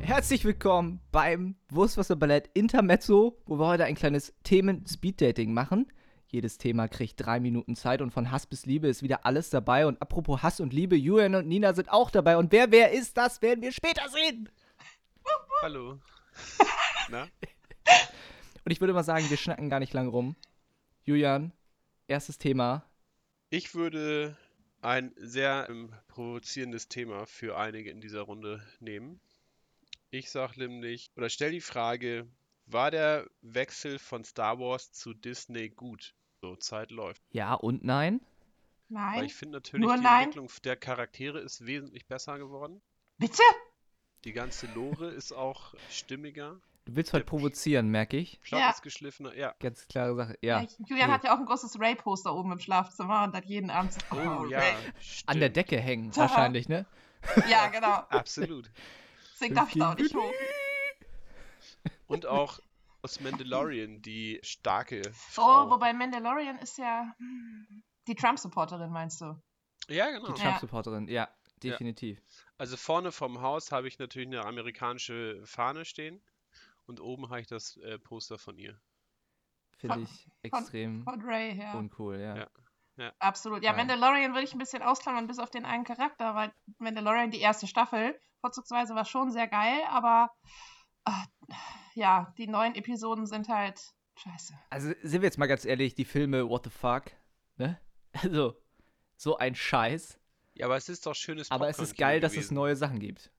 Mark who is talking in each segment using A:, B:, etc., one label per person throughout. A: Herzlich willkommen beim Wurstwasser Ballett Intermezzo, wo wir heute ein kleines Themen-Speed-Dating machen. Jedes Thema kriegt drei Minuten Zeit und von Hass bis Liebe ist wieder alles dabei. Und apropos Hass und Liebe, Julian und Nina sind auch dabei. Und wer wer ist, das werden wir später sehen.
B: Hallo. Na?
A: Und ich würde mal sagen, wir schnacken gar nicht lang rum. Julian, erstes Thema.
B: Ich würde ein sehr ähm, provozierendes Thema für einige in dieser Runde nehmen. Ich sag nämlich, oder stell die Frage, war der Wechsel von Star Wars zu Disney gut? So, Zeit läuft.
A: Ja und nein?
B: Weil
C: Nein.
B: ich finde natürlich,
C: Nur
B: die
C: nein?
B: Entwicklung der Charaktere ist wesentlich besser geworden.
C: Bitte?
B: Die ganze Lore ist auch stimmiger.
A: Du willst heute provozieren, merke ich.
B: Plot
C: Ja.
B: ist geschliffener. Ja.
A: Ganz klare Sache. Ja.
C: Ich- Julian
A: Nee.
C: hat ja auch ein großes Ray-Poster oben im Schlafzimmer und hat jeden Abend so,
B: Oh ja.
C: Ray.
A: An der
B: stimmt.
A: Decke hängen,
C: Tja.
A: wahrscheinlich, ne?
C: Ja, genau.
B: Absolut.
C: Deswegen darf ich da auch nicht hoch.
B: Und auch aus Mandalorian die starke Frau.
C: Oh, wobei Mandalorian ist ja hm, die Trump-Supporterin, meinst du?
B: ja,
A: Die
B: genau.
C: Ja.
A: Trump-Supporterin, ja, definitiv.
B: Also vorne vom Haus habe ich natürlich eine amerikanische Fahne stehen und oben habe ich das äh, Poster von ihr.
A: Finde
C: Von-
A: ich extrem
C: Von Ray, ja.
A: uncool, ja.
B: Ja.
C: Absolut. Ja,
A: Nein.
C: Mandalorian würde ich ein bisschen ausklammern, bis auf den einen Charakter, weil Mandalorian, die erste Staffel, vorzugsweise war schon sehr geil, aber ah, ja, die neuen Episoden sind halt scheiße.
A: Also sind wir jetzt mal ganz ehrlich, die Filme What the fuck, ne? Also, so ein Scheiß.
B: Ja, aber es ist doch schönes
A: Aber es ist
B: Popcorn-Kino
A: geil, dass es
B: gewesen.
A: neue Sachen gibt.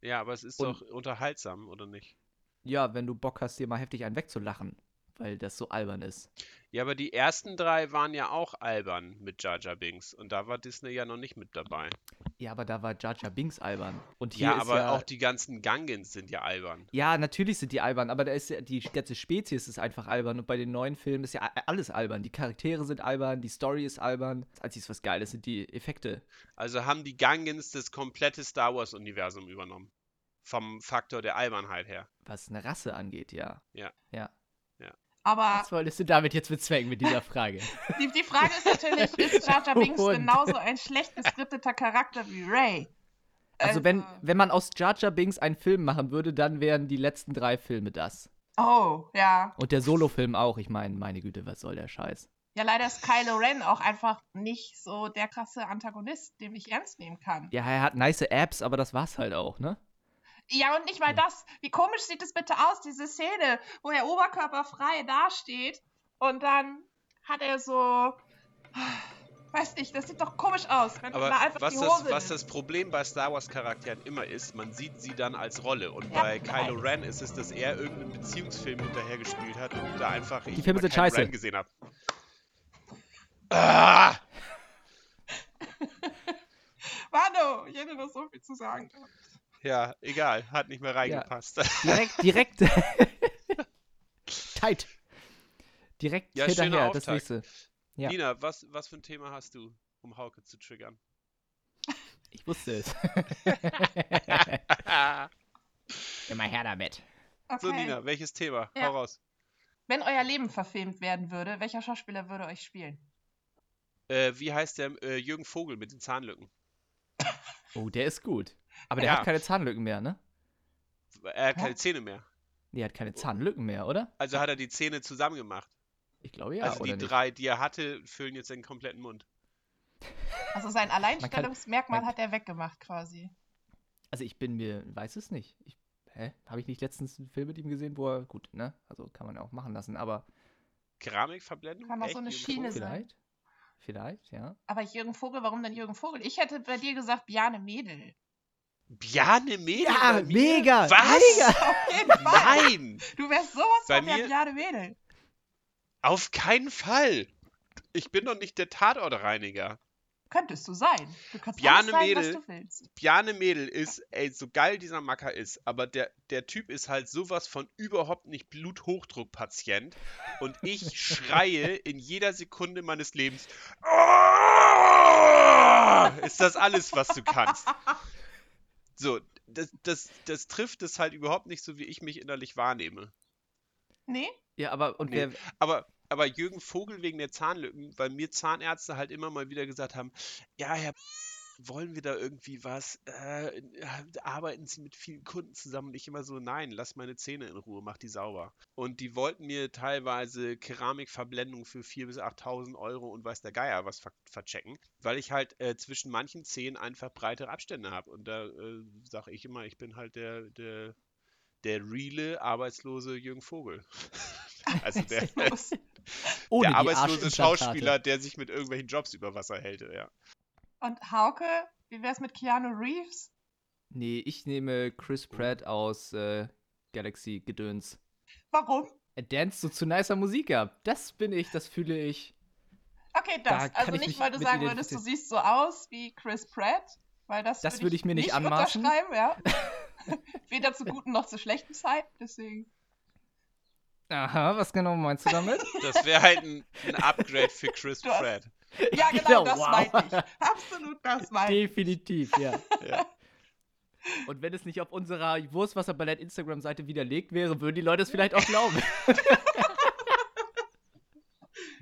B: Ja, aber es ist
A: Und-
B: doch unterhaltsam, oder nicht?
A: Ja, wenn du Bock hast, dir mal heftig einen wegzulachen, weil das so albern ist.
B: Ja, aber die ersten drei waren ja auch albern mit Jar Jar Binks und da war Disney ja noch nicht mit dabei.
A: Ja, aber da war Jar Jar Binks albern. Und hier
B: Ja,
A: ist
B: aber
A: ja
B: auch die ganzen Gangans sind ja albern.
A: Ja, natürlich sind die albern, aber da ist ja, die ganze Spezies ist einfach albern und bei den neuen Filmen ist ja a- alles albern. Die Charaktere sind albern, die Story ist albern. Das Einzige, was geil ist, sind die Effekte.
B: Also haben die Gangans das komplette Star Wars Universum übernommen. Vom Faktor der Albernheit her.
A: Was eine Rasse angeht, ja.
C: Aber
A: Was wolltest du damit jetzt bezwecken mit dieser Frage?
C: Die, die Frage ist natürlich, ist Jar Jar Binks
A: Hund.
C: genauso ein schlecht geskripteter Charakter wie Ray?
A: Also wenn, wenn man aus Jar Jar Binks einen Film machen würde, dann wären die letzten drei Filme das.
C: Oh, ja.
A: Und der Solo-Film auch. Ich meine, meine Güte, was soll der Scheiß?
C: Ja, leider ist Kylo Ren auch einfach nicht so der krasse Antagonist, den ich ernst nehmen kann.
A: Ja, er hat nice Apps, aber das war's halt auch, ne?
C: Ja, und nicht mal das. Wie komisch sieht es bitte aus, diese Szene, wo er oberkörperfrei dasteht und dann hat er so. Weiß nicht, das sieht doch komisch aus, wenn
B: Aber
C: da einfach
B: was
C: die
B: das,
C: Hose
B: was
C: ist.
B: das Problem bei Star Wars Charakteren immer ist, man sieht sie dann als Rolle. Und
C: Ja,
B: bei
C: nein.
B: Kylo Ren ist es, dass er irgendeinen Beziehungsfilm hinterhergespielt hat und da einfach ich
A: Die Filme
B: immer
A: sind
B: Kylo
A: scheiße.
B: Ren gesehen habe. Ah!
C: Warte, ich hätte noch so viel zu sagen.
B: Ja, egal, hat nicht mehr reingepasst. Ja,
A: Direkt, direkt. Tight. Direkt
B: Ja, schöner
A: hinterher, das
B: Auftakt.
A: nächste. Ja.
B: Nina, was, was für ein Thema hast du, um Hauke zu triggern?
A: Ich wusste es. Immer her damit.
C: Okay.
B: So, Nina, welches Thema?
C: Ja.
B: Hau raus.
C: Wenn euer Leben verfilmt werden würde, welcher Schauspieler würde euch spielen?
B: Äh, wie heißt der äh, Jürgen Vogel mit den Zahnlücken?
A: Oh, der ist gut. Aber der
B: Ja.
A: hat keine Zahnlücken mehr, ne?
B: Er hat keine Zähne mehr.
A: Der hat keine Zahnlücken mehr, oder?
B: Also hat er die Zähne zusammen gemacht.
A: Ich glaube ja,
B: also die
A: oder nicht?
B: drei, die er hatte, füllen jetzt den kompletten Mund.
C: Also sein Alleinstellungsmerkmal
A: man-
C: hat er weggemacht quasi.
A: Also ich bin mir, weiß es nicht. Ich, hä? Habe ich nicht letztens einen Film mit ihm gesehen, wo er, gut, ne? Also kann man auch machen lassen, aber
B: Keramikverblendung?
C: Kann doch so eine
B: Jürgen
C: Schiene
B: Vogel?
C: sein.
A: vielleicht. Vielleicht, ja.
C: Aber Jürgen Vogel, warum denn Jürgen Vogel? Ich hätte bei dir gesagt Bjane Mädel.
B: Bjarne Mädel? bei mir?
A: mega!
B: Was?
C: Auf jeden Fall.
B: Nein!
C: Du wärst sowas
B: Bei
C: von der
B: mir-
C: Bjane Mädel.
B: Auf keinen Fall! Ich bin doch nicht der Tatortreiniger.
C: Könntest du sein. Du kannst
B: Bjane
C: alles sein,
B: Mädel.
C: was du willst.
B: Bjarne Mädel ist, ey, so geil dieser Macker ist, aber der, der Typ ist halt sowas von überhaupt nicht Bluthochdruckpatient und ich schreie in jeder Sekunde meines Lebens. "Ah!" Ist das alles, was du kannst? So, das, das, das trifft es halt überhaupt nicht so, wie ich mich innerlich wahrnehme.
C: Nee?
A: Ja, aber und
B: Nee.
A: wer,
B: Aber, aber Jürgen Vogel wegen der Zahnlücken, weil mir Zahnärzte halt immer mal wieder gesagt haben, ja, Herr, wollen wir da irgendwie was? Äh, arbeiten Sie mit vielen Kunden zusammen? Und ich immer so, nein, lass meine Zähne in Ruhe, mach die sauber. Und die wollten mir teilweise Keramikverblendung für 4.000 bis 8.000 Euro und weiß der Geier was ver verchecken, weil ich halt äh, zwischen manchen Zähnen einfach breitere Abstände habe. Und da äh, sage ich immer, ich bin halt der, der, der reale, arbeitslose Jürgen Vogel. also der,
C: Los.
A: Ohne
B: der
A: die
B: arbeitslose
A: Arschimplantate.
B: Schauspieler, der sich mit irgendwelchen Jobs über Wasser hält, ja.
C: Und Hauke, wie wär's mit Keanu Reeves?
A: Nee, ich nehme Chris Pratt aus äh, Galaxy Gedöns.
C: Warum?
A: Er danst so zu nicer Musik ab. Das bin ich, das fühle ich.
C: Okay,
A: Da kann
C: das. also
A: ich
C: nicht,
A: mich
C: weil du
A: mit
C: sagen würdest, du
A: identifizieren.
C: siehst so aus wie Chris Pratt, weil das,
A: Das würde ich mir nicht anmaßen.
C: unterschreiben, ja. Weder zu guten noch zu schlechten Zeit, deswegen.
A: Aha, was genau meinst du damit?
B: Das wäre halt ein, ein Upgrade für Chris
C: Du hast-
B: Pratt.
C: Ja,
A: Ja,
C: genau, das
A: wow.
C: meinte ich. Absolut, das meinte ich.
A: Definitiv, ja.
B: Ja.
A: Und wenn es nicht auf unserer Wurstwasserballett Instagram-Seite widerlegt wäre, würden die Leute es vielleicht auch glauben.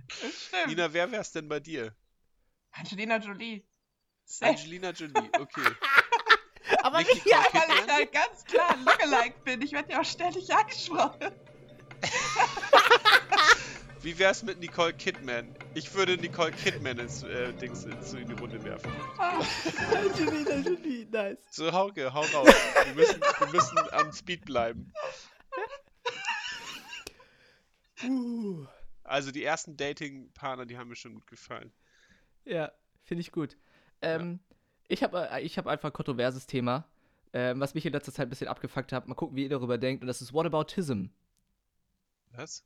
C: Stimmt.
B: Nina, wer wär's denn bei dir?
C: Angelina Jolie. Safe.
B: Angelina Jolie, okay.
A: Aber
B: Nicht die
A: nicht ja.
B: Frau
C: Weil ich
B: Kidman?
C: da ganz klar ein Lookalike bin. Ich werde ja auch ständig angesprochen.
B: Wie wär's mit Nicole Kidman? Ich würde Nicole Kidman ins äh, Dings ins, in die Runde werfen.
C: Ah,
A: Angelina Jolie, nice.
B: So, Hauke, hau raus. Wir müssen, wir müssen am Speed bleiben.
A: Uh,
B: Also die ersten Dating-Partner, die haben mir schon gut gefallen.
A: ja, finde ich gut. Ähm, Ich habe äh, ich hab einfach ein kontroverses Thema, ähm, was mich in letzter Zeit ein bisschen abgefuckt hat. Mal gucken, wie ihr darüber denkt. Und das ist Whataboutism.
B: Was?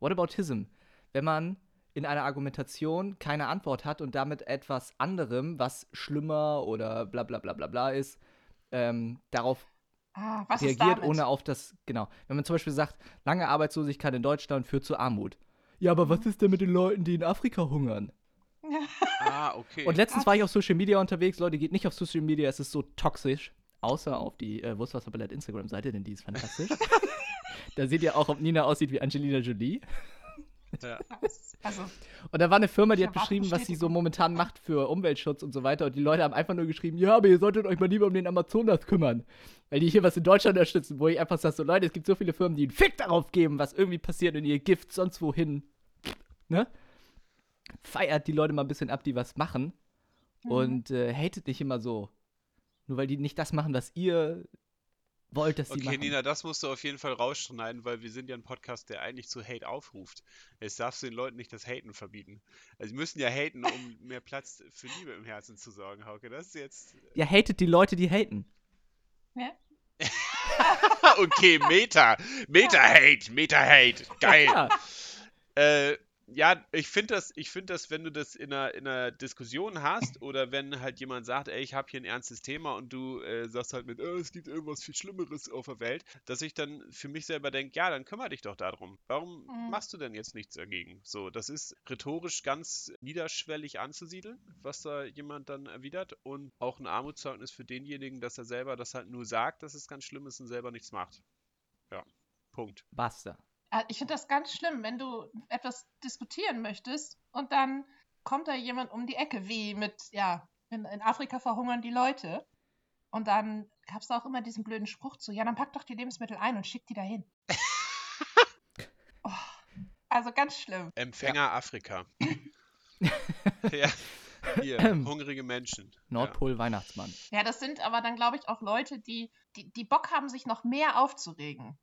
A: Whataboutism? Wenn man in einer Argumentation keine Antwort hat und damit etwas anderem, was schlimmer oder bla bla bla bla bla ist, ähm, darauf
C: ah, was ist
A: reagiert,
C: damit?
A: ohne auf das, genau. Wenn man zum Beispiel sagt, lange Arbeitslosigkeit in Deutschland führt zu Armut. Ja,
C: Mhm.
A: aber was ist denn mit den Leuten, die in Afrika hungern?
B: Ah, okay.
A: Und letztens war ich auf Social Media unterwegs. Leute, geht nicht auf Social Media, es ist so toxisch. Außer auf die äh, Wurstwasserballett Instagram-Seite, denn die ist fantastisch. da seht ihr auch, ob Nina aussieht wie Angelina Jolie.
B: ja.
C: Also,
A: Und da war eine Firma, die
C: Ich
A: hat
C: erwarte
A: beschrieben, was sie so
C: Bestätigung.
A: momentan macht für Umweltschutz und so weiter. Und die Leute haben einfach nur geschrieben, ja, aber ihr solltet euch mal lieber um den Amazonas kümmern. Weil die hier was in Deutschland unterstützen, wo ich einfach sage, so Leute, es gibt so viele Firmen, die einen Fick darauf geben, was irgendwie passiert und ihr Gift sonst wohin. Ne? Feiert die Leute mal ein bisschen ab, die was machen.
C: Mhm.
A: Und äh, hatet nicht immer so. Nur weil die nicht das machen, was ihr wollt, dass sie
B: Okay,
A: machen.
B: Nina, das musst du auf jeden Fall rausschneiden, weil wir sind ja ein Podcast, der eigentlich zu Hate aufruft. Jetzt darfst du den Leuten nicht das Haten verbieten. Also, sie müssen ja haten, um mehr Platz für Liebe im Herzen zu sorgen, Hauke. Das ist jetzt.
A: Ihr hatet die Leute, die haten.
C: ne?
B: Okay, Meta. Meta-Hate. Meta-Hate. Geil.
A: Ja,
B: Äh, ja, ich finde das, ich finde das, wenn du das in einer, in einer Diskussion hast oder wenn halt jemand sagt, ey, ich habe hier ein ernstes Thema und du äh, sagst halt mit, äh, es gibt irgendwas viel Schlimmeres auf der Welt, dass ich dann für mich selber denke, ja, dann kümmere dich doch darum. Warum
C: Mhm.
B: machst du denn jetzt nichts dagegen? So, das ist rhetorisch ganz niederschwellig anzusiedeln, was da jemand dann erwidert und auch ein Armutszeugnis für denjenigen, dass er selber das halt nur sagt, dass es ganz schlimm ist und selber nichts macht. Ja, Punkt.
A: basta.
C: Ah, Ich finde das ganz schlimm, wenn du etwas diskutieren möchtest und dann kommt da jemand um die Ecke, wie mit, ja, in, in Afrika verhungern die Leute. Und dann gab es da auch immer diesen blöden Spruch zu, ja, dann pack doch die Lebensmittel ein und schick die dahin. oh, also ganz schlimm.
B: Empfänger Afrika. ja. Hier, hungrige Menschen.
A: Nordpol Weihnachtsmann.
C: Ja, das sind aber dann, glaube ich, auch Leute, die, die, die Bock haben, sich noch mehr aufzuregen.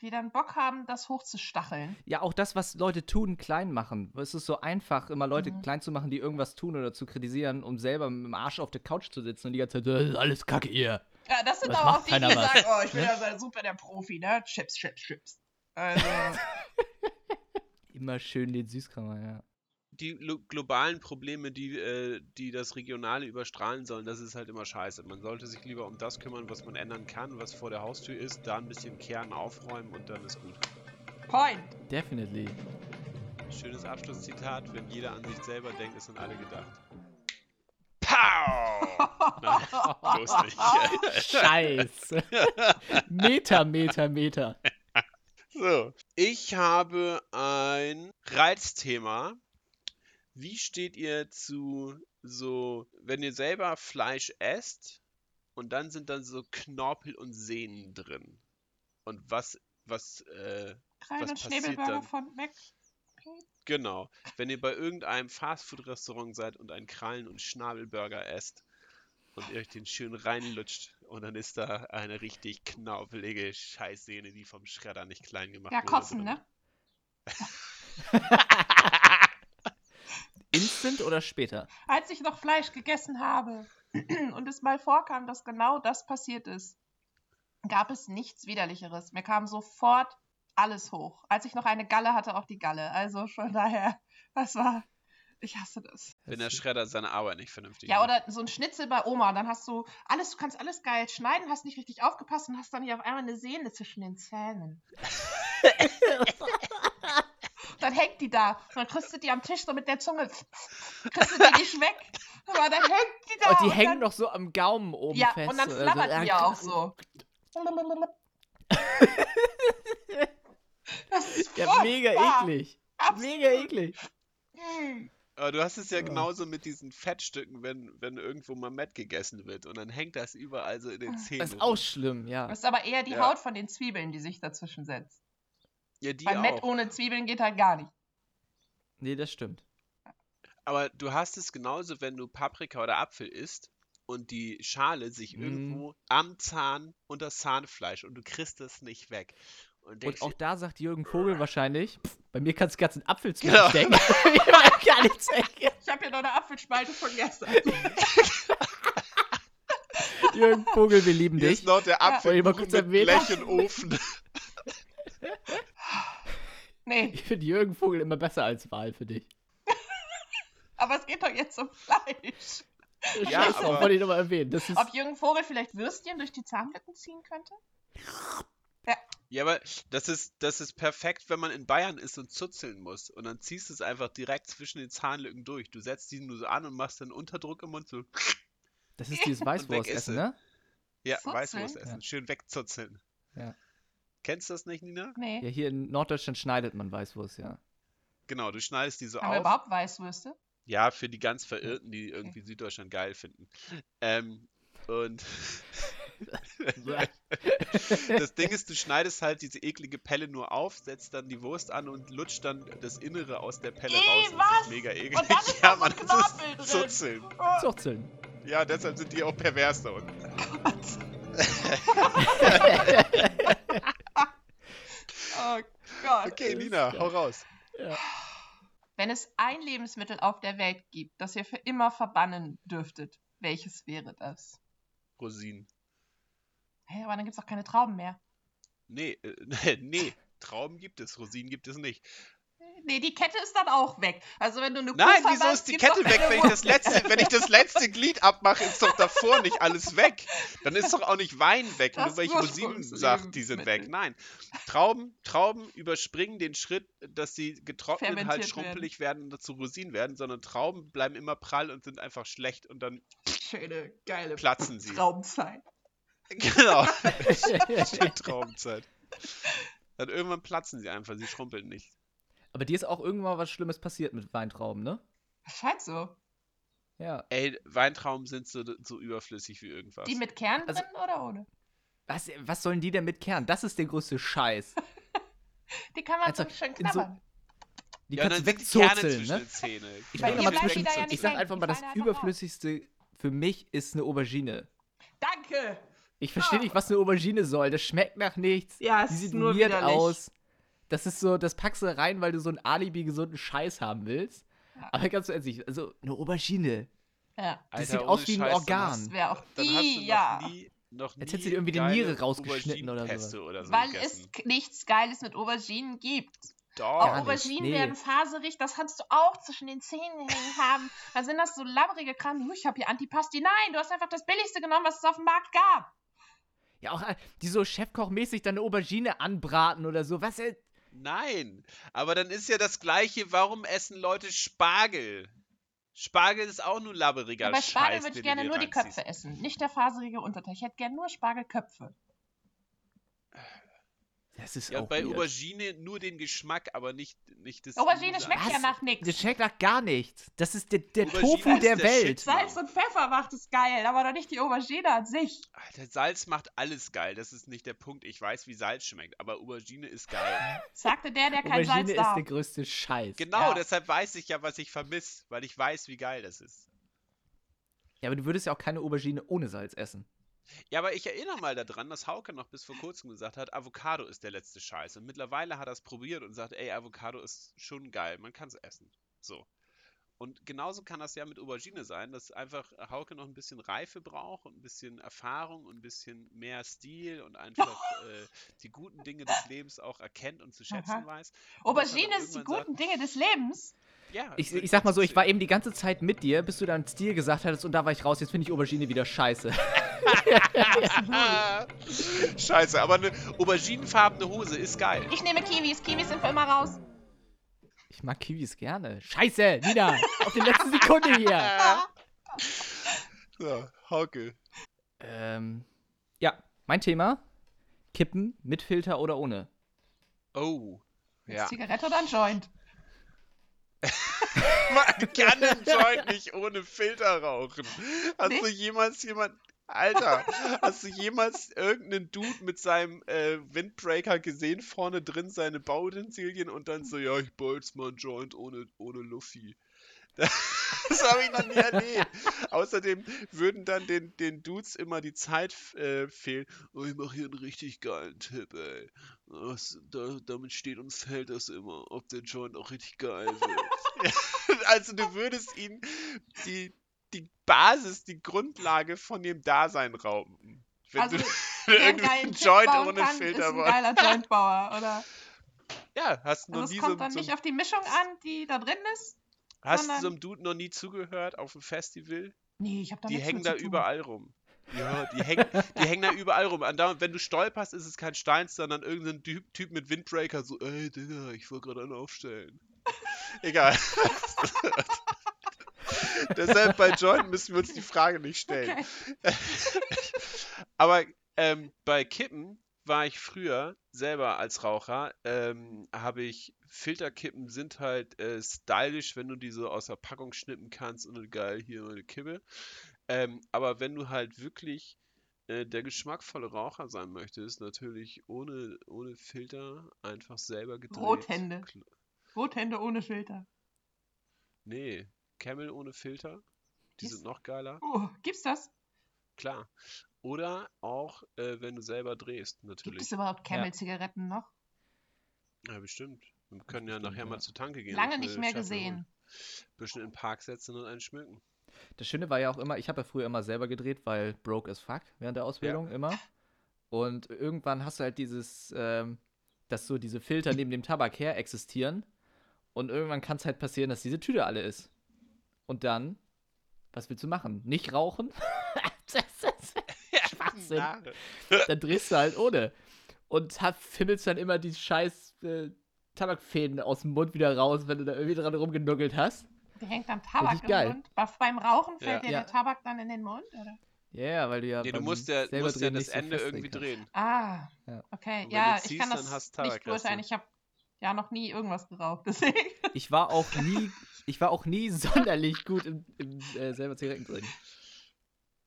C: Die dann Bock haben, das hochzustacheln.
A: Ja, auch das, was Leute tun, klein machen. Es ist so einfach, immer Leute
C: Mhm.
A: klein zu machen, die irgendwas tun oder zu kritisieren, um selber mit dem Arsch auf der Couch zu sitzen und die ganze Zeit, "Das ist alles Kacke hier.
C: Ja, das sind
A: Das
C: aber auch
A: macht
C: die, die
A: keiner was.
C: sagen, oh, ich bin
A: Ne?
C: ja so super der Profi, ne? Chips, Chips, Chips. Also,
A: Immer schön den Süßkrammer, ja.
B: Die lo- globalen Probleme, die, äh, die das Regionale überstrahlen sollen, das ist halt immer scheiße. Man sollte sich lieber um das kümmern, was man ändern kann, was vor der Haustür ist, da ein bisschen kehren, aufräumen und dann ist gut.
C: point.
A: Definitely.
B: Schönes Abschlusszitat, wenn jeder an sich selber denkt, ist an alle gedacht. Pow! Nein, bloß nicht.
A: Scheiße. Meter, Meter, Meter.
B: So, ich habe ein Reizthema. Wie steht ihr zu so, wenn ihr selber Fleisch esst und dann sind dann so Knorpel und Sehnen drin. Und was, was, äh,
C: Krallen
B: Was
C: und
B: passiert
C: Schnäbelburger
B: dann?
C: von Mac.
B: Genau. Wenn ihr bei irgendeinem Fastfood-Restaurant seid und einen Krallen- und Schnabelburger esst und ihr euch den schön reinlutscht und dann ist da eine richtig knaupelige Scheißsehne, die vom Schredder nicht klein gemacht
C: Ja,
B: wurde.
C: kotzen,
B: drin.
C: ne?
A: Instant oder später?
C: Als ich noch Fleisch gegessen habe und es mal vorkam, dass genau das passiert ist, gab es nichts Widerlicheres. Mir kam sofort alles hoch. Als ich noch eine Galle hatte, auch die Galle. Also schon daher, das war. Ich hasse das.
B: Wenn der Schredder seine Arbeit nicht vernünftig
C: Ja,
B: macht.
C: oder so ein Schnitzel bei Oma. Dann hast du alles, du kannst alles geil schneiden, hast nicht richtig aufgepasst und hast dann hier auf einmal eine Sehne zwischen den Zähnen. dann hängt die da. Und dann kriegst du die am Tisch so mit der Zunge. Kriegst du die nicht weg. Aber dann hängt die da.
A: Und Oh, die
C: und
A: hängen
C: dann-
A: noch so am Gaumen oben
C: ja,
A: fest.
C: und dann
A: also,
C: flabbert
A: ja,
C: die ja auch so. Das ist
A: Ja, mega
C: furchtbar.
A: eklig.
C: Ah, Absolut.
A: Mega eklig.
C: Mm.
B: Aber du hast es ja
A: Ja.
B: genauso mit diesen Fettstücken, wenn, wenn irgendwo mal Mett gegessen wird und dann hängt das überall so in
C: Ah,
B: den Zähnen.
A: Das ist auch
B: rum.
A: schlimm, ja.
C: Das ist aber eher die
B: Ja.
C: Haut von den Zwiebeln, die sich dazwischen setzt.
B: ja, die
C: Bei Matt
B: auch.
C: ohne Zwiebeln geht halt gar nicht.
A: Nee, das stimmt.
B: Aber du hast es genauso, wenn du Paprika oder Apfel isst und die Schale sich
A: Mhm.
B: irgendwo am Zahn und das Zahnfleisch und du kriegst es nicht weg. Und, denkst
A: Und auch
B: dir,
A: da sagt Jürgen Vogel wahrscheinlich, pff, bei mir kannst du ganz einen Apfel zu
B: Genau.
A: stecken. ich kann gar nichts weg.
C: Ich habe ja noch eine Apfelspalte von gestern.
A: Jürgen Vogel, wir lieben
B: hier ist
A: dich.
B: noch der
C: Ja.
A: Soll ich
B: Apfel
A: mal kurz
B: mit
A: erwähnen?
B: Blech und Ofen.
C: Nee,
A: Ich finde Jürgen Vogel immer besser als Wahl für dich.
C: aber es geht doch jetzt um Fleisch.
B: Ja,
A: Scheiße,
B: aber-
A: wollte ich nochmal erwähnen. Das ist,
C: Ob Jürgen Vogel vielleicht Würstchen durch die Zahnlücken ziehen könnte?
B: Ja, aber das ist, das ist perfekt, wenn man in Bayern ist und zuzeln muss. Und dann ziehst du es einfach direkt zwischen den Zahnlücken durch. Du setzt die nur so an und machst dann Unterdruck im Mund so.
A: das ist dieses Weißwurstessen,
B: weg
A: ne?
B: Ja,
C: Zuzeln?
B: Weißwurst
A: Ja.
B: essen. Schön wegzuzeln.
A: Ja.
B: Kennst du das nicht, Nina?
C: Nee.
A: Ja, hier in Norddeutschland schneidet man Weißwurst, ja.
B: Genau, du schneidest die so
C: Haben wir
B: auf.
C: überhaupt Weißwürste?
B: Ja, für die ganz Verirrten, die irgendwie Süddeutschland geil finden. Ähm, und das Ding ist, du schneidest halt diese eklige Pelle nur auf, setzt dann die Wurst an und lutscht dann das Innere aus der Pelle
C: Ih,
B: raus. Das
C: was?
B: ist mega eklig.
C: Und dann
B: ja,
C: ist da so ein
B: Mann, das
C: Knorpel drin.
B: ist Zuzeln.
A: Zuchzeln.
B: Ja, deshalb sind die auch pervers da unten.
C: Oh Gott.
B: Okay,
A: ist
B: Nina,
A: geil.
B: hau raus.
C: Wenn es ein Lebensmittel auf der Welt gibt, das ihr für immer verbannen dürftet, welches wäre das?
B: Rosinen.
C: Hä, aber dann gibt es auch keine Trauben mehr.
B: Nee, äh, nee, Trauben gibt es, Rosinen gibt es nicht.
C: Nee, die Kette ist dann auch weg. Also wenn du eine Kuh
B: Nein, wieso
C: verbannst,
B: ist die
C: gibt's
B: Kette
C: auch
B: weg,
C: keine
B: wenn ich das
C: Wurst.
B: letzte, wenn ich das letzte Glied abmache, ist doch davor nicht alles weg. Dann ist doch auch nicht Wein weg,
C: Das
B: nur weil ich Rosinen sage, die sind weg.
C: Ursprungslebensmittel.
B: Nein, Trauben, Trauben überspringen den Schritt, dass sie getrocknet halt
C: Fermentiert
B: schrumpelig werden und dazu Rosinen werden, sondern Trauben bleiben immer prall und sind einfach schlecht und dann
C: Schöne, geile
B: platzen sie.
C: Traumzeit.
B: Genau. Schön Traumzeit. Dann irgendwann platzen sie einfach, sie schrumpeln nicht.
A: Aber dir ist auch irgendwann mal was Schlimmes passiert mit Weintrauben, ne?
C: Scheint so.
A: Ja.
B: Ey, Weintrauben sind so, so überflüssig wie irgendwas.
C: Die mit Kern
A: Also-
C: drin oder ohne?
A: Was, was sollen die denn mit Kern? Das ist der größte Scheiß.
C: Die kann man
A: Also,
C: so schön
A: in so-
C: knabbern.
A: Die
B: ja,
A: kannst du
B: dann sind die Kerne
A: wegzuzeln,
B: zwischen
A: ne?
B: den Genau. Zähnen.
A: Ich,
C: Weil
A: will
C: die
A: mal
C: bleiben die
A: zwischen-
C: da ja nicht
A: ich sag
C: hängen.
A: einfach mal,
C: Die
A: das
C: fallen einfach raus.
A: Überflüssigste für mich ist eine Aubergine.
C: Danke!
A: Ich verstehe
C: Ah.
A: nicht, was eine Aubergine soll. Das schmeckt nach nichts.
C: Ja, es
A: Die
C: ist
A: sieht
C: nur
A: weird
C: widerlich.
A: aus. Das ist so, das packst du rein, weil du so einen Alibi-gesunden Scheiß haben willst.
C: Ja.
A: Aber ganz ehrlich, also eine Aubergine.
C: Ja,
A: Das
B: Alter,
A: sieht
B: ohne
A: aus wie ein
B: Scheiß, dann
A: Organ.
B: hast-
C: wäre auch
B: Dann hast du
C: die,
B: noch
C: ja.
B: nie, noch nie
A: Als hättest du dir irgendwie die
B: geile
A: Niere rausgeschnitten oder
B: Auberginenpesto oder so
C: Weil es
B: gegessen.
C: k- nichts Geiles mit Auberginen gibt.
B: Doch.
A: Gar
C: auch
A: nicht,
C: Auberginen
A: nee.
C: werden faserig, das kannst du auch zwischen den Zähnen hängen haben. Da sind das so labbrige Kram. Huh, Ich habe hier Antipasti. Nein, du hast einfach das Billigste genommen, was es auf dem Markt gab.
A: Ja, auch äh, die so Chefkochmäßig dann eine Aubergine anbraten oder so. Was? äh,
B: Nein, aber dann ist ja das Gleiche, warum essen Leute Spargel? Spargel ist auch nur labberiger
C: Ja, bei Spargel
B: Scheiß,
C: würde
B: den
C: ich gerne
B: du dir
C: nur die
B: reinziehst.
C: Köpfe essen, nicht der faserige Unterteil. Ich hätte gerne nur Spargelköpfe.
A: Das ist
B: Ja,
A: auch
B: bei
A: weird.
B: Aubergine nur den Geschmack, aber nicht, nicht das.
C: Aubergine
B: Süße.
C: schmeckt ja
A: Was?
C: nach
A: Das
C: nichts.
A: schmeckt nach gar nichts. Das ist der, der
B: Aubergine
A: Tofu
B: ist
A: der,
B: der
A: Welt.
B: Shit.
C: Salz und Pfeffer macht es geil, aber doch nicht die Aubergine an sich.
B: Alter, Salz macht alles geil. Das ist nicht der Punkt. Ich weiß, wie Salz schmeckt, aber Aubergine ist geil.
C: Sagte der, der kein
A: Aubergine
C: Salz
A: ist
C: darf.
A: der größte Scheiß.
B: genau,
C: Ja.
B: deshalb weiß ich ja, was ich vermisse, weil ich weiß, wie geil das ist.
A: Ja, aber du würdest ja auch keine Aubergine ohne Salz essen.
B: Ja, aber ich erinnere mal daran, dass Hauke noch bis vor kurzem gesagt hat, Avocado ist der letzte Scheiß. Und mittlerweile hat er es probiert und sagt, ey, Avocado ist schon geil, man kann es essen. So. Und genauso kann das ja mit Aubergine sein, dass einfach Hauke noch ein bisschen Reife braucht und ein bisschen Erfahrung und ein bisschen mehr Stil und einfach äh, die guten Dinge des Lebens auch erkennt und zu schätzen
C: Aha.
B: weiß.
C: Aubergine ist die
B: Irgendwann sagt-
C: guten Dinge des Lebens.
B: Ja,
A: Ich,
B: würde
A: ich sag mal so, ich war
B: trotzdem-
A: eben die ganze Zeit mit dir, bis du deinen Stil gesagt hattest und da war ich raus. Jetzt finde ich Aubergine wieder scheiße.
B: Ah, Scheiße, aber eine auberginenfarbene Hose ist geil.
C: Ich nehme Kiwis. Kiwis sind für immer raus.
A: Ich mag Kiwis gerne. Scheiße, Nina, auf die letzte Sekunde hier.
B: Ja, Hauke.
A: Ähm, ja, mein Thema: Kippen mit Filter oder ohne.
B: Oh.
C: Ja.
B: Ja.
C: Zigarette oder ein Joint?
B: Man kann den Joint nicht ohne Filter rauchen. Hast du
C: Nicht?
B: jemals jemand. Alter, hast du jemals irgendeinen Dude mit seinem äh, Windbreaker gesehen, vorne drin seine Bauutensilien und dann so, ja, ich bolz mal einen Joint ohne, ohne Luffy. Das habe ich noch nie erlebt. Außerdem würden dann den, den Dudes immer die Zeit äh, fehlen. Oh, ich mache hier einen richtig geilen Tipp, ey. Das, da, damit steht und fällt das immer, ob der Joint auch richtig geil wird. also du würdest ihm die, die Basis, die Grundlage von dem Dasein rauben. Wenn
C: Also,
B: du
C: Wer einen
B: irgendwie
C: geilen
B: einen
C: Chip
B: Joint
C: bauen
B: ohne
C: kann,
B: Filter
C: ist ein
B: brauchst.
C: geiler Jointbauer, oder?
B: Ja, hast du noch
C: Also
B: nie
C: es
B: so,
C: kommt dann
B: so,
C: nicht auf die Mischung an, die da drin ist.
B: hast du
C: sondern-
B: so einem Dude noch nie zugehört auf dem Festival?
C: Nee, ich habe da
B: Die
C: nichts
B: hängen
C: mit
B: da
C: zu tun.
B: überall rum. Ja, die hängen, die hängen da überall rum. Andauernd, wenn du stolperst, ist es kein Stein, sondern irgendein Typ, typ mit Windbreaker so, ey, Digga, ich wollte gerade einen aufstellen. Egal. Deshalb bei Joint müssen wir uns die Frage nicht stellen.
C: Okay.
B: Aber ähm, bei Kippen war ich früher selber als Raucher, ähm, habe ich Filterkippen sind halt äh, stylisch, wenn du die so aus der Packung schnippen kannst und dann geil hier eine Kippe. Ähm, aber wenn du halt wirklich äh, der geschmackvolle Raucher sein möchtest, natürlich ohne, ohne Filter, einfach selber gedreht.
C: Rothände.
B: Kl-
C: Rothände ohne Filter.
B: Nee, Camel ohne Filter, die
C: Yes.
B: sind noch geiler,
C: Oh, gibt's das?
B: klar. Oder auch, äh, wenn du selber drehst,
C: Gibt
B: natürlich.
C: es überhaupt Camel-Zigaretten noch?
B: Ja, bestimmt. Wir können ja
A: Bestimmt,
B: nachher mal
A: ja.
B: zur Tanke gehen.
C: Lange
B: und
C: nicht
B: eine
C: mehr
B: Schachtel
C: gesehen.
B: holen. Bisschen in den Park setzen und einen schmücken.
A: Das Schöne war ja auch immer, ich habe ja früher immer selber gedreht, weil broke as fuck während der Ausbildung immer. Und irgendwann hast du halt dieses, ähm, dass so diese Filter neben dem Tabak her existieren. Und irgendwann kann es halt passieren, dass diese Tüte alle ist. Und dann, was willst du machen? Nicht rauchen? das ist Schwachsinn.
B: Nare.
A: dann drehst du halt ohne. Und hab- fimmelst dann immer die scheiß äh, Tabakfäden aus dem Mund wieder raus, wenn du da irgendwie dran rumgenuggelt hast.
C: Der hängt am Tabak
A: Richtig
C: im
A: geil.
C: Mund. Bei- Beim Rauchen
B: Ja.
C: fällt dir
A: Ja.
C: der Tabak dann in den Mund, oder?
A: Ja, ja, weil du ja.
B: Nee, du
A: beim
B: musst ja,
A: selber
B: musst ja
A: drehen
B: das
A: nicht so
B: Ende
A: festlegen
B: irgendwie
A: kannst.
B: drehen.
C: Ah,
A: Ja.
C: okay.
B: Und wenn
C: Ja,
B: du
C: ich
B: ziehst,
C: kann
B: dann
C: das
B: hast Tabak,
C: nicht
B: hast du.
C: beurteilen. Ich habe ja noch nie irgendwas geraucht, deswegen.
A: Ich war auch nie, ich war auch nie sonderlich gut im, im äh, selber Zigaretten drehen.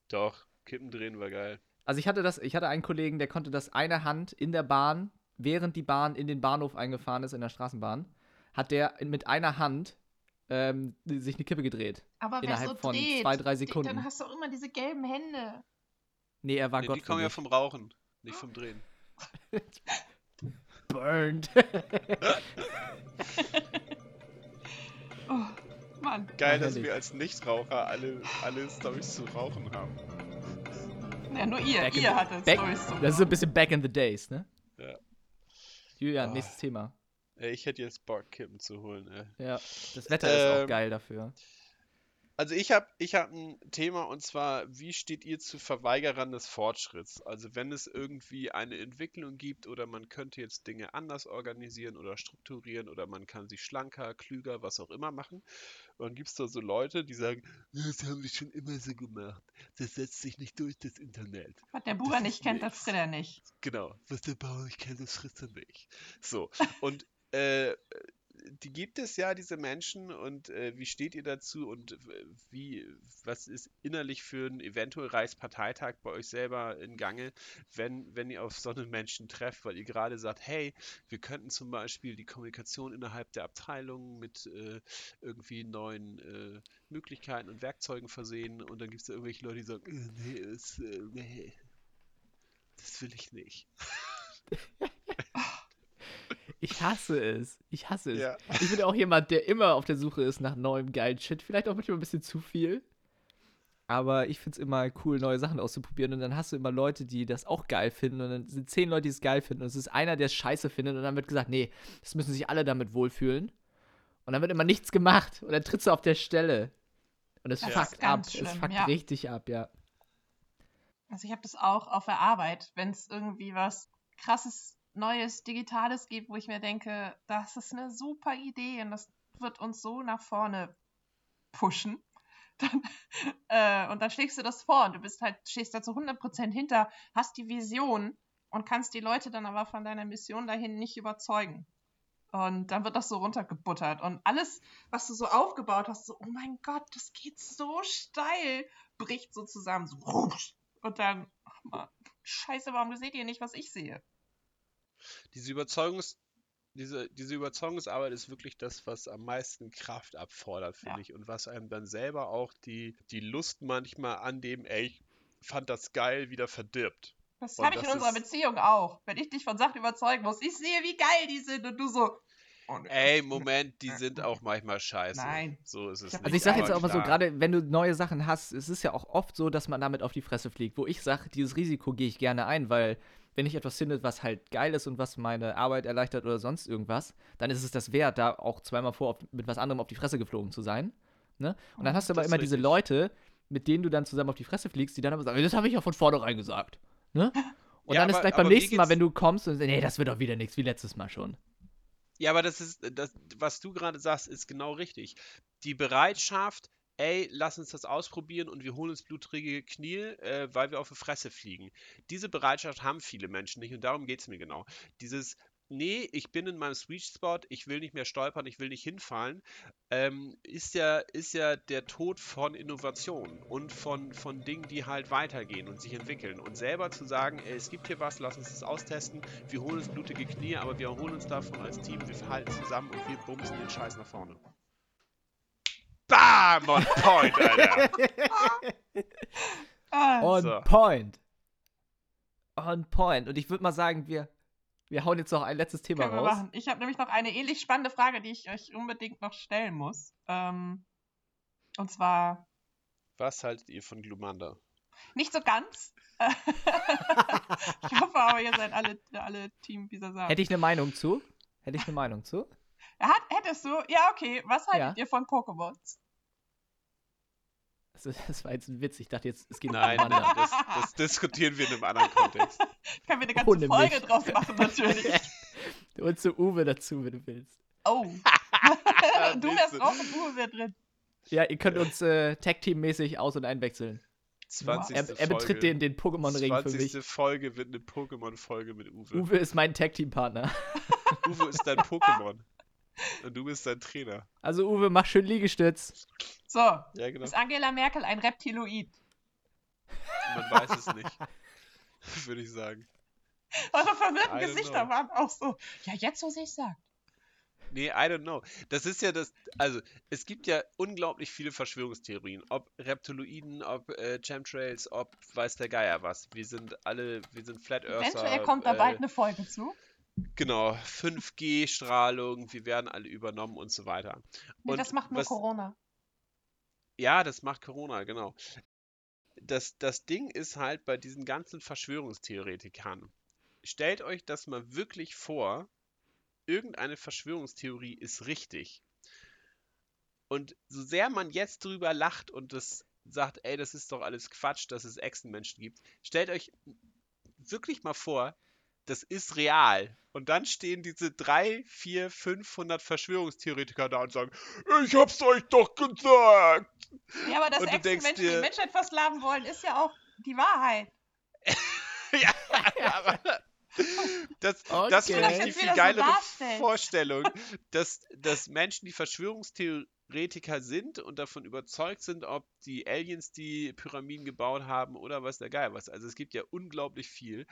B: Doch, Kippen drehen war geil.
A: Also ich hatte das, ich hatte einen Kollegen, der konnte das eine Hand in der Bahn, während die Bahn in den Bahnhof eingefahren ist, in der Straßenbahn, hat der mit einer Hand ähm, sich eine Kippe gedreht.
C: Aber wer
A: Innerhalb
C: so
A: von
C: dreht,
A: zwei, drei
C: die-
A: Sekunden.
C: dann hast du auch immer diese gelben Hände.
A: Nee, er war
B: Nee,
A: Ah, Gott.
B: die kommen ja vom Rauchen, nicht vom Drehen.
A: Burned.
C: Oh, Mann.
A: Ja,
B: Geil,
A: Ah,
B: dass
A: herrlich.
B: wir als Nichtraucher alle, alle Storys zu rauchen haben.
C: Ja, nur ihr.
A: Back in
C: ihr
A: the-
C: hattet
A: back-
C: Storys zum
A: Das ist so ein bisschen back in the days, ne?
B: Ja.
A: Julian,
B: Ah.
A: nächstes Thema.
B: Ey, ich hätte jetzt Bock, Kippen zu holen, ey.
A: Ja, das Wetter ist
B: Ähm,
A: auch geil dafür.
B: Also ich habe ich hab ein Thema und zwar, wie steht ihr zu Verweigerern des Fortschritts? Also wenn es irgendwie eine Entwicklung gibt oder man könnte jetzt Dinge anders organisieren oder strukturieren oder man kann sie schlanker, klüger, was auch immer machen. Und dann gibt es da so Leute, die sagen, "Hm, das haben wir schon immer so gemacht. Das setzt sich nicht durch das Internet.
C: Was der Buber
B: ist
C: nicht kennt, das
B: nix.
C: fritt er nicht.
B: Genau, was der Bauer nicht kennt, das frisst er nicht. So, und äh, die gibt es ja, diese Menschen, und äh, wie steht ihr dazu und äh, wie, was ist innerlich für einen eventuell Reichsparteitag bei euch selber in Gange, wenn, wenn ihr auf so einen Menschen trefft, weil ihr gerade sagt, hey, wir könnten zum Beispiel die Kommunikation innerhalb der Abteilungen mit äh, irgendwie neuen äh, Möglichkeiten und Werkzeugen versehen und dann gibt es da irgendwelche Leute, die sagen, äh, nee, es, äh, nee, das will ich nicht.
A: Ich hasse es. Ich hasse es.
B: Ja.
A: Ich bin auch jemand, der immer auf der Suche ist nach neuem geilen Shit. Vielleicht auch manchmal ein bisschen zu viel. Aber ich finde es immer cool, neue Sachen auszuprobieren. Und dann hast du immer Leute, die das auch geil finden. Und dann sind zehn Leute, die es geil finden. Und es ist einer, der es scheiße findet. Und dann wird gesagt, nee, das müssen sich alle damit wohlfühlen. Und dann wird immer nichts gemacht. Und dann trittst du auf der Stelle. Und es
C: Das ist
A: fuckt ab.
C: ganz
A: es
C: schlimm,
A: fuckt
C: ja.
A: richtig ab, ja.
C: Also ich habe das auch auf der Arbeit, wenn es irgendwie was krasses, Neues, Digitales gibt, wo ich mir denke, das ist eine super Idee und das wird uns so nach vorne pushen. Dann, äh, und dann schlägst du das vor und du bist halt, stehst da zu 100% hinter, hast die Vision und kannst die Leute dann aber von deiner Mission dahin nicht überzeugen. Und dann wird das so runtergebuttert. Und alles, was du so aufgebaut hast, so, oh mein Gott, das geht so steil, bricht so zusammen. So, rusch. Und dann, ach Mann, scheiße, warum seht ihr nicht, was ich sehe?
B: diese Überzeugungs diese, diese Überzeugungsarbeit ist wirklich das, was am meisten Kraft abfordert, finde
C: Ja.
B: ich. Und was einem dann selber auch die, die Lust manchmal an dem, ey, ich fand das geil, wieder verdirbt.
C: Das
B: Und
C: habe ich
B: das
C: in unserer
B: ist-
C: Beziehung auch. Wenn ich dich von Sachen überzeugen muss, ich sehe, wie geil die sind und du so. oh nee.
B: Ey, Moment, die sind auch manchmal scheiße.
C: Nein.
B: So ist es
C: Ja,
B: nicht.
A: Also ich sage jetzt
B: aber
A: auch mal so,
B: klar.
A: gerade wenn du neue Sachen hast, es ist ja auch oft so, dass man damit auf die Fresse fliegt, wo ich sage, dieses Risiko gehe ich gerne ein, weil wenn ich etwas finde, was halt geil ist und was meine Arbeit erleichtert oder sonst irgendwas, dann ist es das wert, da auch zweimal vor auf, mit was anderem auf die Fresse geflogen zu sein. Ne? Und dann hast du aber
B: Oh, Das ist
A: immer diese
B: richtig.
A: Leute, mit denen du dann zusammen auf die Fresse fliegst, die dann aber sagen, das habe ich ja von vornherein gesagt. Ne? Und
B: Ja,
A: dann ist
B: aber-
A: gleich
B: aber
A: beim
B: mir
A: nächsten Mal,
B: geht's-
A: wenn du kommst und nee, das wird doch wieder nichts, wie letztes Mal schon.
B: Ja, aber das ist, das, was du gerade sagst, ist genau richtig. Die Bereitschaft, ey, lass uns das ausprobieren und wir holen uns blutrige Knie, äh, weil wir auf die Fresse fliegen. Diese Bereitschaft haben viele Menschen nicht und darum geht es mir genau. Dieses, nee, ich bin in meinem Sweet Spot, ich will nicht mehr stolpern, ich will nicht hinfallen, ähm, ist ja, ist ja der Tod von Innovation und von, von Dingen, die halt weitergehen und sich entwickeln. Und selber zu sagen, ey, es gibt hier was, lass uns das austesten, wir holen uns blutige Knie, aber wir erholen uns davon als Team, wir halten zusammen und wir bumsen den Scheiß nach vorne. Bam! On point, Alter!
C: Ah,
A: On
B: So.
A: point. On point. Und ich würde mal sagen, wir, wir hauen jetzt noch ein letztes Thema
C: können wir
A: raus.
C: machen. Ich habe nämlich noch eine ähnlich spannende Frage, die ich euch unbedingt noch stellen muss. Ähm, und zwar
B: Was haltet ihr von Glumanda?
C: nicht so ganz. ich hoffe aber, ihr seid alle, alle Team dieser Sache.
A: Hätte ich eine Meinung zu? Hätte ich eine Meinung zu?
C: Hat, hättest du? Ja, okay. Was haltet
A: Ja.
C: ihr von Pokémons?
A: Das, ist- das war jetzt ein Witz. Ich dachte jetzt, es geht um
B: Nein,
A: Amanda.
B: nein, das, das diskutieren wir in einem anderen Kontext.
C: Können wir eine ganze
A: Ohne
C: Folge
A: mich.
C: draus machen, natürlich.
A: Und zu Uwe dazu, wenn du willst.
C: Oh. du
B: Siehst
C: wärst
B: du.
C: auch im Uwe wär drin.
A: Ja, ihr könnt uns äh, Tag-Team-mäßig aus- und einwechseln.
B: 20.
A: Er, er
B: Folge.
A: betritt den, den Pokémon-Ring für
B: 20.
A: mich.
B: Folge wird eine Pokémon-Folge mit Uwe.
A: Uwe ist mein Tag-Team-Partner.
B: Uwe ist dein Pokémon. Und du bist dein Trainer.
A: Also Uwe, mach schön Liegestütz.
C: So,
B: Ja, genau.
C: ist Angela Merkel ein Reptiloid?
B: Man weiß es nicht. Würde ich sagen.
C: Eure
B: I
C: verwirrten
B: don't
C: Gesichter
B: know.
C: waren auch so. Ja, jetzt, wo sie es sagt.
B: Nee, I don't know. Das ist ja das. Also, es gibt ja unglaublich viele Verschwörungstheorien. Ob Reptiloiden, ob äh, Chemtrails, ob weiß der Geier was. Wir sind alle, wir sind Flat Earther.
C: Eventuell kommt da
B: äh,
C: bald eine Folge zu.
B: Genau, 5G-Strahlung, wir werden alle übernommen und so weiter.
C: Nee,
B: und
C: das macht nur
B: was-
C: Corona.
B: Ja, das macht Corona, genau. Das, das Ding ist halt bei diesen ganzen Verschwörungstheoretikern. Stellt euch das mal wirklich vor, irgendeine Verschwörungstheorie ist richtig. Und so sehr man jetzt drüber lacht und das sagt, ey, das ist doch alles Quatsch, dass es Echsenmenschen gibt, stellt euch wirklich mal vor, das ist real. Und dann stehen diese drei, vier, 500 Verschwörungstheoretiker da und sagen, ich hab's euch doch gesagt.
C: Ja, aber dass
B: Und du denkst
C: Echsenmenschen
B: dir-
C: die Menschheit versklaven wollen, ist ja auch die Wahrheit.
B: ja, aber das, das
A: Okay.
B: finde ich die
C: Dass wir
B: viel
C: das so
B: geilere
C: darstellen.
B: Vorstellung, dass, dass Menschen, die Verschwörungstheoretiker sind und davon überzeugt sind, ob die Aliens die Pyramiden gebaut haben oder was der Geil was. Also es gibt ja unglaublich viel.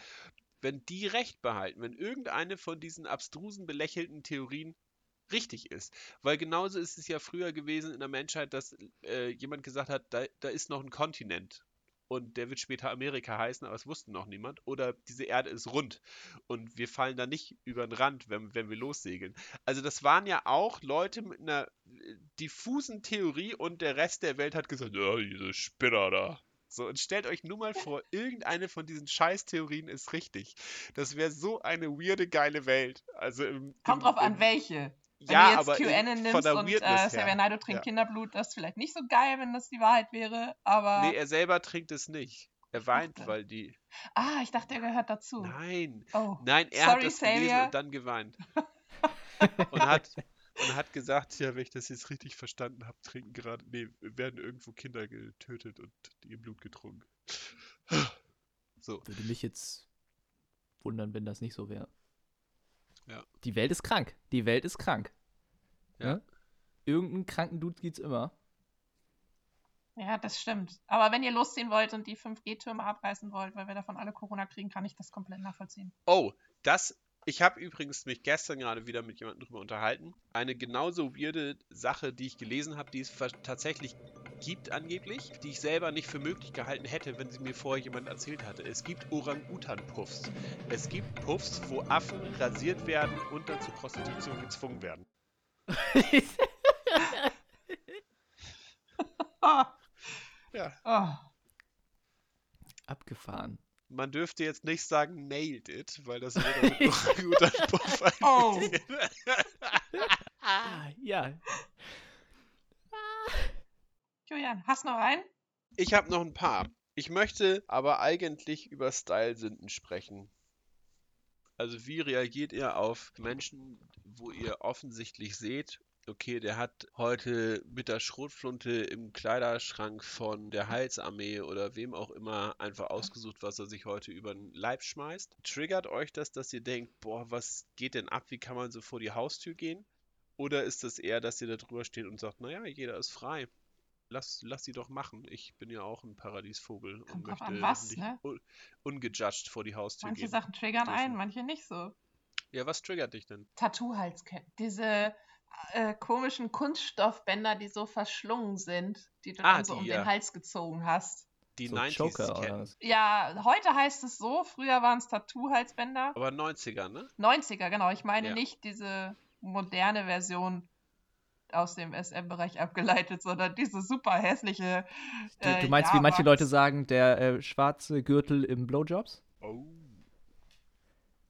B: Wenn die Recht behalten, wenn irgendeine von diesen abstrusen, belächelten Theorien richtig ist. Weil genauso ist es ja früher gewesen in der Menschheit, dass äh, jemand gesagt hat, da, da ist noch ein Kontinent. Und der wird später Amerika heißen, aber es wusste noch niemand. Oder diese Erde ist rund und wir fallen da nicht über den Rand, wenn, wenn wir lossegeln. Also das waren ja auch Leute mit einer äh, diffusen Theorie und der Rest der Welt hat gesagt, ja, diese Spinner da. So, und stellt euch nur mal vor, irgendeine von diesen Scheißtheorien ist richtig. Das wäre so eine weirde, geile Welt. Also im,
C: Kommt
B: im,
C: drauf an,
B: im-
C: welche. Wenn
B: ja,
C: du jetzt
B: aber
C: QAnon
B: in-
C: nimmst
B: von der
C: und
B: Weirdness
C: äh, Xavier
B: her.
C: Naidoo trinkt
B: Ja.
C: Kinderblut, das ist vielleicht nicht so geil, wenn das die Wahrheit wäre, aber.
B: Nee, er selber trinkt es nicht. Er weint,
C: Ach,
B: weil die.
C: ah, ich dachte, er gehört dazu.
B: Nein,
C: Oh.
B: nein, er hat
C: Sorry,
B: das gelesen
C: Xavier.
B: und dann geweint. und, hat, und hat gesagt, ja, wenn ich das jetzt richtig verstanden habe, trinken gerade, nee, werden irgendwo Kinder getötet und ihr Blut getrunken. So,
A: Würde mich jetzt wundern, wenn das nicht so wäre.
B: Ja.
A: Die Welt ist krank. Die Welt ist krank.
B: Ja.
A: Ne? Irgendeinen kranken Dude gibt's immer.
C: Ja, das stimmt. Aber wenn ihr losziehen wollt und die 5G-Türme abreißen wollt, weil wir davon alle Corona kriegen, kann ich das komplett nachvollziehen.
B: Oh, das. Ich habe übrigens mich gestern gerade wieder mit jemandem drüber unterhalten. Eine genauso weirde Sache, die ich gelesen habe, die es ver- tatsächlich gibt angeblich, die ich selber nicht für möglich gehalten hätte, wenn sie mir vorher jemand erzählt hatte. Es gibt Orang-Utan-Puffs. Es gibt Puffs, wo Affen rasiert werden und dann zur Prostitution gezwungen werden.
C: Ah,
B: Ja.
C: ah.
A: Abgefahren.
B: Man dürfte jetzt nicht sagen, nailed it, weil das würde mit Orang-Utan-Puff
C: Oh.
B: eingeht.
A: Ah, ja.
C: Julian, hast noch einen?
B: Ich habe noch ein paar. Ich möchte aber eigentlich über Style-Sünden sprechen. Also wie reagiert ihr auf Menschen, wo ihr offensichtlich seht, okay, der hat heute mit der Schrotflinte im Kleiderschrank von der Heilsarmee oder wem auch immer einfach ausgesucht, was er sich heute über den Leib schmeißt. Triggert euch das, dass ihr denkt, boah, was geht denn ab? Wie kann man so vor die Haustür gehen? Oder ist das eher, dass ihr da drüber steht und sagt, naja, jeder ist frei. Lass, lass sie doch machen. Ich bin ja auch ein Paradiesvogel und
C: Kommt drauf
B: möchte
C: an, was,
B: nicht
C: ne?
B: un ungejudged vor die Haustür
C: Manche
B: gehen.
C: Sachen triggern
B: dürfen.
C: ein, manche nicht so.
B: Ja, was triggert dich denn?
C: Tattoo-Halsketten. Diese äh, komischen Kunststoffbänder, die so verschlungen sind, die du
B: Ah,
C: dann so
B: die,
C: um
B: ja.
C: den Hals gezogen hast.
B: Die
A: so
B: 90s
A: Joker oder
B: kennen.
C: Äh,
A: was?
C: Ja, heute heißt es so, früher waren es Tattoo-Halsbänder.
B: Aber 90er, ne?
C: 90er, genau. Ich meine
B: Ja.
C: nicht diese moderne Version aus dem SM-Bereich abgeleitet, sondern diese super hässliche.
A: Du,
C: äh,
A: du meinst, wie
C: ja,
A: manche
C: aber-
A: Leute sagen, der äh, schwarze Gürtel im Blowjobs?
B: Oh.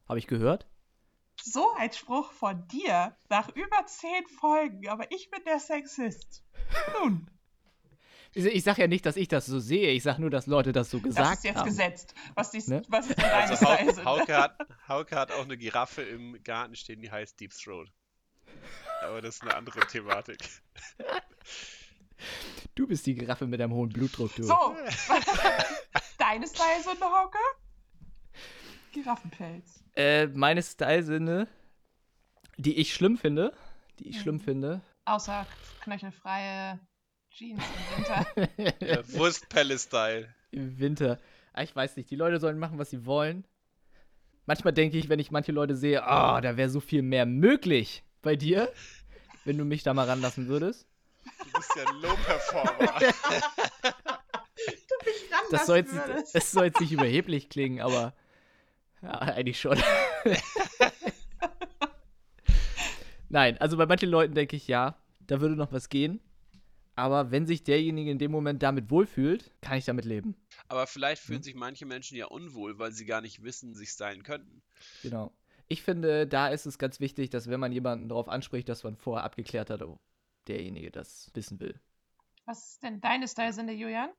A: Habe ich gehört?
C: So ein Spruch von dir nach über zehn Folgen, aber ich bin der Sexist. Nun,
A: Ich, ich sage ja nicht, dass ich das so sehe. Ich sage nur, dass Leute das so
C: das
A: gesagt
C: ist jetzt
A: haben.
C: gesetzt. Was, die,
A: Ne?
C: was ist denn deine
B: Also
C: Style?
B: Hauke, Hauke, hat, Hauke hat auch eine Giraffe im Garten stehen, die heißt Deep Throat. Aber das ist eine andere Thematik.
A: Du bist die Giraffe mit deinem hohen Blutdruck, du.
C: So, deine Style so eine Hauke? Giraffenpelz.
A: Äh, meine Style-Sinne, die ich schlimm finde, die ich
C: Mhm.
A: schlimm finde.
C: Außer knöchelfreie Jeans im Winter.
B: Ja, Wurst-Pelle-Style.
A: Im Winter. Ah, Ich weiß nicht, die Leute sollen machen, was sie wollen. Manchmal denke ich, wenn ich manche Leute sehe, ah, da wäre so viel mehr möglich bei dir, wenn du mich da mal ranlassen würdest.
B: Du bist ja ein Low-Performer.
A: Das
C: Ranlassen
A: soll jetzt,
C: würdest.
A: es soll jetzt nicht überheblich klingen, aber ja, eigentlich schon. Nein, also bei manchen Leuten denke ich, ja, da würde noch was gehen. Aber wenn sich derjenige in dem Moment damit wohlfühlt, kann ich damit leben.
B: Aber vielleicht fühlen
A: Hm.
B: sich manche Menschen ja unwohl, weil sie gar nicht wissen, sich stylen könnten.
A: Genau. Ich finde, da ist es ganz wichtig, dass wenn man jemanden darauf anspricht, dass man vorher abgeklärt hat, oh, derjenige das wissen will.
C: Was ist denn deine Style-Sinne, Julian?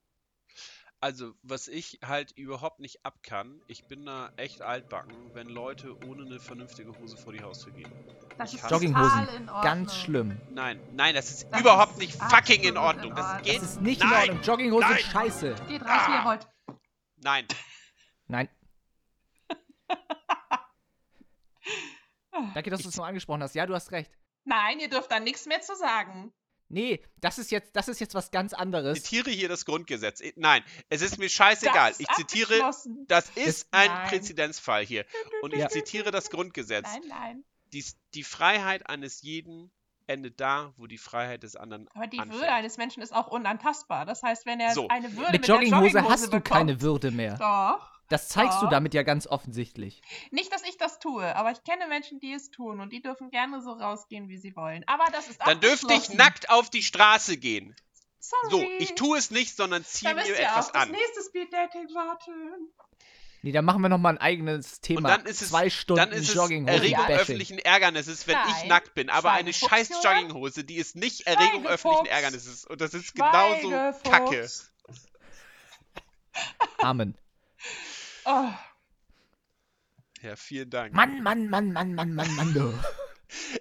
B: Also, was ich halt überhaupt nicht ab kann, ich bin da echt altbacken, wenn Leute ohne eine vernünftige Hose vor die Haustür gehen.
C: Das
B: Ich
C: ist
B: hasse-
A: Jogginghosen.
C: total in Ordnung.
A: Ganz schlimm.
B: Nein, nein, das ist
C: Das
B: überhaupt
C: ist
B: nicht
C: absolut
B: fucking in
C: in
B: Ordnung. Das
C: Ordnung.
B: geht.
A: Das ist nicht in
B: nein,
A: Ordnung. Jogginghosen
B: Nein.
A: sind scheiße.
C: Geht raus, wie
B: Ah.
C: ihr wollt.
B: Nein,
A: Nein. Danke, dass du es noch angesprochen hast. Ja, du hast recht.
C: Nein, ihr dürft da nichts mehr zu sagen.
A: Nee, das ist jetzt, das ist jetzt was ganz
B: ich
A: anderes.
B: zitiere hier das Grundgesetz. Ich- Nein, es ist mir scheißegal.
C: Das ist
B: Ich zitiere,
C: abgeschlossen.
B: das ist ein
C: Nein.
B: Präzedenzfall hier. Und ich
A: Ja.
B: zitiere das Grundgesetz.
C: Nein, nein.
B: Die, die Freiheit eines jeden endet da, wo die Freiheit des anderen
C: Aber die
B: anfängt.
C: Würde eines Menschen ist auch unantastbar. Das heißt, wenn er
B: So.
C: eine Würde mit,
A: Mit Jogginghose,
C: der Jogginghose
A: hast du
C: bekommt,
A: keine Würde mehr.
C: Doch.
A: Das zeigst du
C: Doch.
A: damit ja ganz offensichtlich.
C: Nicht, dass ich das tue, aber ich kenne Menschen, die es tun und die dürfen gerne so rausgehen, wie sie wollen. Aber das ist
B: Dann dürfte ich
C: abgeschlossen.
B: nackt auf die Straße gehen.
C: Sorry.
B: So, ich tue es nicht, sondern ziehe
C: Da
B: mir
C: müsst ihr
B: etwas
C: auf das
B: an.
C: nächste Speed-Dating warten.
A: Nee, dann machen wir nochmal ein eigenes Thema.
B: dann ist es-
A: Zwei Stunden
B: Dann ist es Erregung
A: Jogginghosen-Bashing.
B: öffentlichen Ärgernisses, wenn ich
C: Nein.
B: nackt bin. Aber eine scheiß
C: Schweigefuchs, Jonas.
B: Jogginghose, die ist nicht Erregung
C: Schweigefuchs.
B: öffentlichen Ärgernisses. Und das ist genauso
C: Schweigefuchs.
B: kacke.
A: Amen.
C: Oh,
B: Ja, vielen Dank.
A: Mann, Mann, Mann, Mann, Mann, Mann, Mann. du.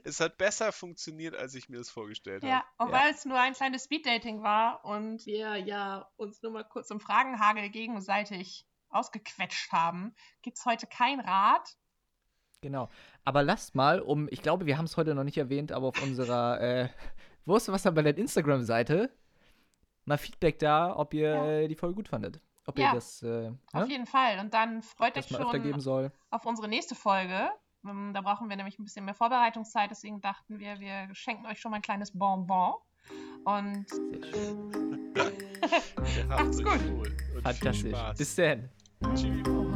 B: Es hat besser funktioniert, als ich mir das vorgestellt
C: ja,
B: habe.
C: und
A: Genau. Ja.
C: weil es nur ein kleines Speed-Dating war und wir ja uns nur mal kurz im Fragenhagel gegenseitig ausgequetscht haben, gibt's heute kein Rat.
A: Genau. Aber lasst mal, um, ich glaube, wir haben es heute noch nicht erwähnt, aber auf unserer äh, Wurstwasserballett Instagram-Seite mal Feedback da, ob ihr
C: Ja.
A: äh, die Folge gut fandet. Ob ihr
C: Ja.
A: das, äh,
C: Auf
A: ne?
C: jeden Fall. Und dann freut euch
A: das mal öfter
C: schon
A: geben soll.
C: auf unsere nächste Folge. Ähm, Da brauchen wir nämlich ein bisschen mehr Vorbereitungszeit, deswegen dachten wir, wir schenken euch schon mal ein kleines Bonbon. Und
A: Sehr schön.
B: Ja,
C: Macht's gut.
B: Wohl und viel
A: Fantastisch.
B: Spaß.
A: Bis dann.
C: oh,
B: Tschüss.